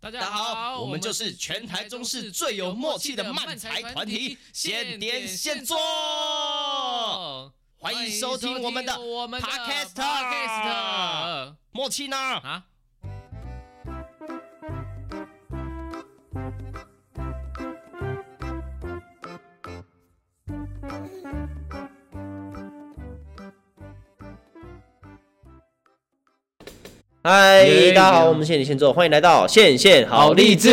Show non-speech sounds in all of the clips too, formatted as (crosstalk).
大大家好，我们就是全台中市最有默契的慢才团体，现点现做。欢迎收听我们的我们 Podcast Podcast 默契呢？啊。嗨耶大家好，耶我们现点现做，欢迎来到线线好励志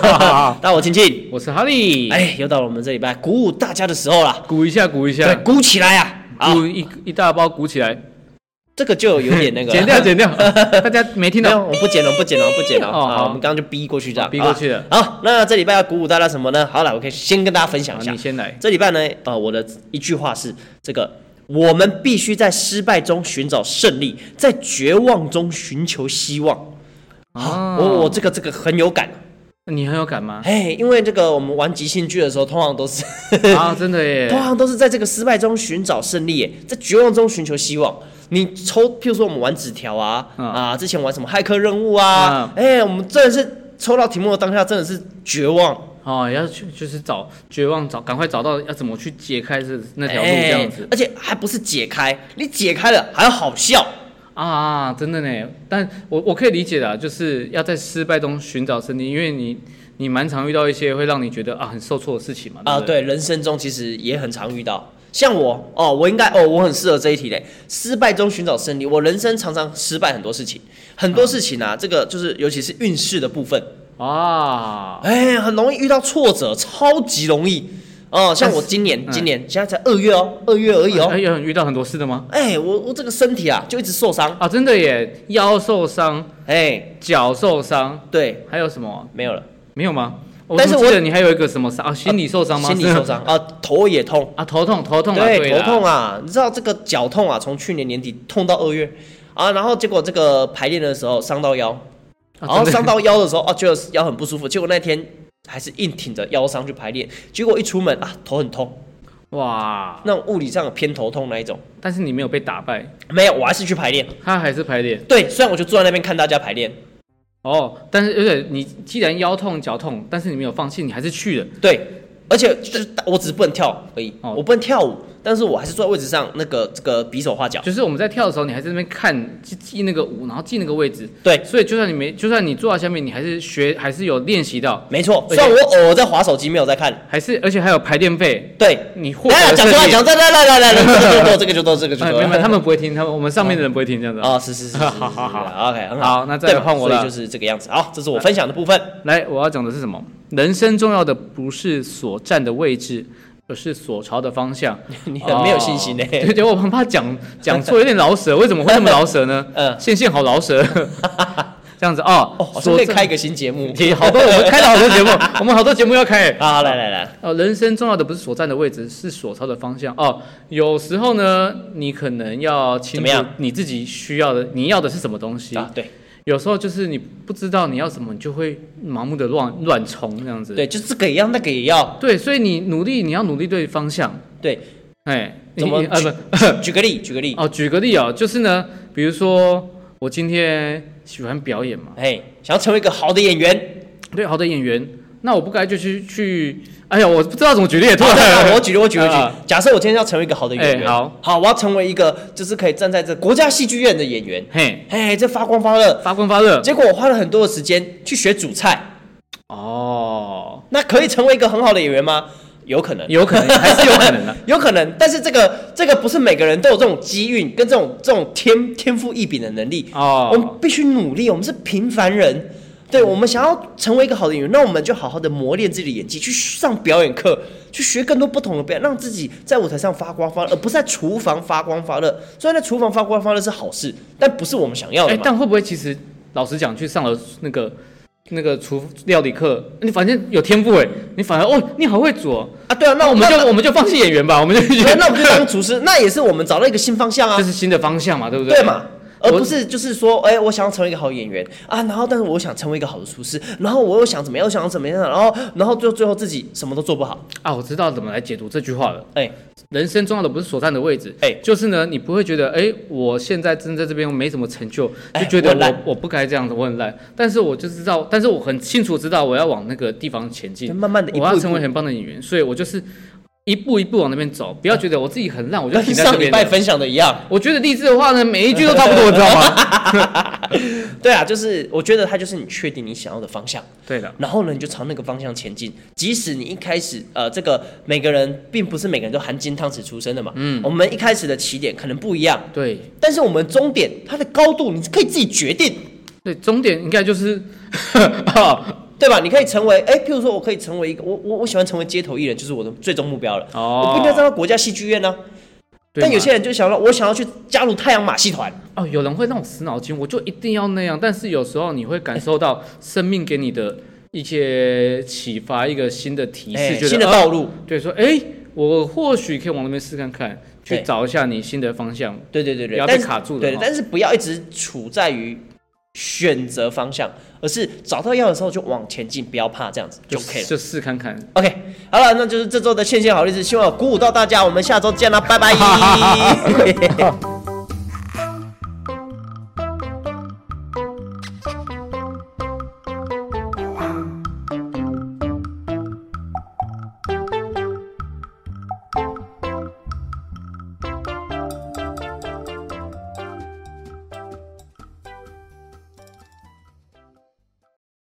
哈哈。 (laughs) 大家好，我庆庆。我是哈利，哎，又到了我们这礼拜鼓舞大家的时候了，鼓一下，鼓一对下，，鼓起来啊！好，鼓一一大包鼓起来，这个就有点那个，剪 (laughs) 掉，剪掉，大家没听 (laughs) 没有，到？我不剪了，不剪了，不剪了。哦好哦啊，我们刚刚就逼过去这样，逼过去了好吧。好，那这礼拜要鼓舞大家什么呢？好了，我可以先跟大家分享好一下啊你。先来，这礼拜呢，呃，我的一句话是这个。我们必须在失败中寻找胜利，在绝望中寻求希望。啊我我这个这个很有感，你很有感 (laughs) 吗？哎，因为这个我们玩即兴剧的时候，通常都是啊，真的耶通，常都是在这个失败中寻找胜利耶，在绝望中寻求希望。你抽，譬如说我们玩纸条啊、嗯啊，之前玩什么骇客任务啊，哎、我们真的是抽到题目的当下真的是绝望，哦，要去就是找绝望，找赶快找到要怎么去解开这那条路哎这样子而且还不是解开，你解开了还要好笑，啊，真的呢。但我我可以理解的，就是要在失败中寻找胜利，因为你你蛮常遇到一些会让你觉得啊很受挫的事情嘛。啊，不对，对，人生中其实也很常遇到。像我哦，我应该哦，我很适合这一题嘞。失败中寻找胜利，我人生常常失败很多事情，很嗯多事情啊，这个就是尤其是运势的部分，啊，哎，很容易遇到挫折，超级容易哦。像我今年，嗯今年现在才二月哦，二月而已哦哎。有遇到很多事的吗？哎，我我这个身体啊，就一直受伤，啊，真的耶，腰受伤，哎，脚受伤，对，还有什么？没有了，没有吗？我但是怎么记我得你还有一个什么伤啊，心理受伤吗？心理受伤啊，头也 (laughs) 痛，啊，头痛，头痛啊，对，对头啦痛啊，你知道这个脚痛啊，从去年年底痛到二月啊，然后结果这个排练的时候伤到腰，啊，然后真的 (laughs) 伤到腰的时候，哦，觉得腰很不舒服，结果那天还是硬挺着腰伤去排练，结果一出门啊，头很痛，哇！那种物理上的偏头痛那一种，但是你没有被打败，没有，我还是去排练。他还是排练对，虽然我就坐在那边看大家排练，哦。但是而且你既然腰痛脚痛，但是你没有放弃，你还是去了。对，而且就是我只是不能跳而已，哦我不能跳舞，但是我还是坐在位置上，那个这个比手画脚。就是我们在跳的时候，你还在那边看记记那个舞，然后记那个位置。对，所以就算你没，就算你坐在下面，你还是学，还是有练习到，没错，而且虽然我偶尔在划手机，没有在看。还是而且还有排练费，对，你获得来的哎讲出来，胜利讲出来，来来来来，这个就多，这个就多，这个就哎，多。没有，没有他们不会听，他们我们上面的人不会听这样子。啊，是是是，是是是好好好是，OK，很好那再来对嘛换我所以了就是这个样子。好，这是我分享的部分。来，我要讲的是什么？人生重要的不是所站的位置，而是所朝的方向。你很没有信心呢欸哦对对，我很怕讲讲错，有点老舌。为什么会那么老舌呢？ (laughs) 嗯线线好老 (laughs) 舌，这样子哦。哦，好像可以所开一个新节目。也好多，我们开了好多节目，我们好多节目要开。好，来来来，哦，人生重要的不是所站的位置，是所朝的方向。哦，有时候呢，你可能要清怎么楚样你自己需要的，你要的是什么东西。啊，对有时候就是你不知道你要什么，你就会盲目的乱乱冲这样子。对，就这个也要，那个也要。对，所以你努力，你要努力对方向。对，哎， (laughs) 怎么你啊不 (laughs) 举个例，举个例。哦，举个例哦，就是呢，比如说我今天喜欢表演嘛，哎，想要成为一个好的 (laughs) 演员。对，好的演员，那我不该就去去，哎呀，我不知道怎么举例，突好，然那我举例，我举例，我举例啊。假设我今天要成为一个好的演员，哎好，好，我要成为一个就是可以站在这国家戏剧院的演员。嘿，哎，这发光发热。发光发热结果我花了很多的时间去学煮菜，哦，那可以成为一个很好的演员吗？有可能，有可能还是有可能的、啊有可能，但是这个这个不是每个人都有这种机运跟这种这种天天赋异禀的能力。我们 (laughs) 哦，必须努力，我们是平凡人。嗯对，我们想要成为一个好的演员，那我们就好好的磨练自己的演技，去上表演课，去学更多不同的表演，让自己在舞台上发光发热，而不是在厨房发光发热。虽然在厨房发光发热是好事，但不是我们想要的哎，嘛。但会不会其实老实讲，去上了那个那个厨料理课，你反正有天赋哎，你反而哦，你好会煮、哦，啊，对啊，那那我们就那我们就放弃演员吧，我们就 (laughs) 对那我们就当厨师，那也是我们找到一个新方向啊这，是新的方向嘛，对不对嘛？而不是就是说，哎、我想要成为一个好演员啊，然后但是我想成为一个好的厨师，然后我又想怎么样，又想怎么样，然后然后最后最后自己什么都做不好，啊，我知道怎么来解读这句话了。哎、人生重要的不是所站的位置，哎就是呢，你不会觉得，哎、我现在真在这边我没什么成就，哎就觉得我很我、烂我不该这样子，我很烂。但是我就知道，但是我很清楚知道我要往那个地方前进就，慢慢的一步一我步要成为很棒的演员，所以我就是一步一步往那边走，不要觉得我自己很烂，我就跟停在这上礼边拜了。分享的一样，我觉得励志的话呢，每一句都差不多，你知道 (laughs) 吗？对啊，就是我觉得它就是你确定你想要的方向，对的，然后呢，你就朝那个方向前进。即使你一开始，呃，这个每个人并不是每个人都含金汤匙出生的嘛，嗯，我们一开始的起点可能不一样，对但是我们终点它的高度你可以自己决定，对，终点应该就是，哦对吧？你可以成为，哎，譬如说我可以成为一个，我我我喜欢成为街头艺人，就是我的最终目标了。哦我不应该站到国家戏剧院呢、哦啊对但有嘛些人就想到，我想要去加入太阳马戏团，哦，有人会让我死脑筋，我就一定要那样。但是有时候你会感受到生命给你的一些启发，一个新的提哎示，觉得新的哦道路。对，说哎、我或许可以往那边试看看，去对找一下你新的方向。对对对对，不要但被是卡住了对，哈但是不要一直处在于选择方向，而是找到要的时候就往前进，不要怕，这样子就 OK 了。就试看看。 OK，好 (laughs) 了，(laughs) 那就是这周的线线好日子，希望有鼓舞到大家，我们下周见啦，拜拜。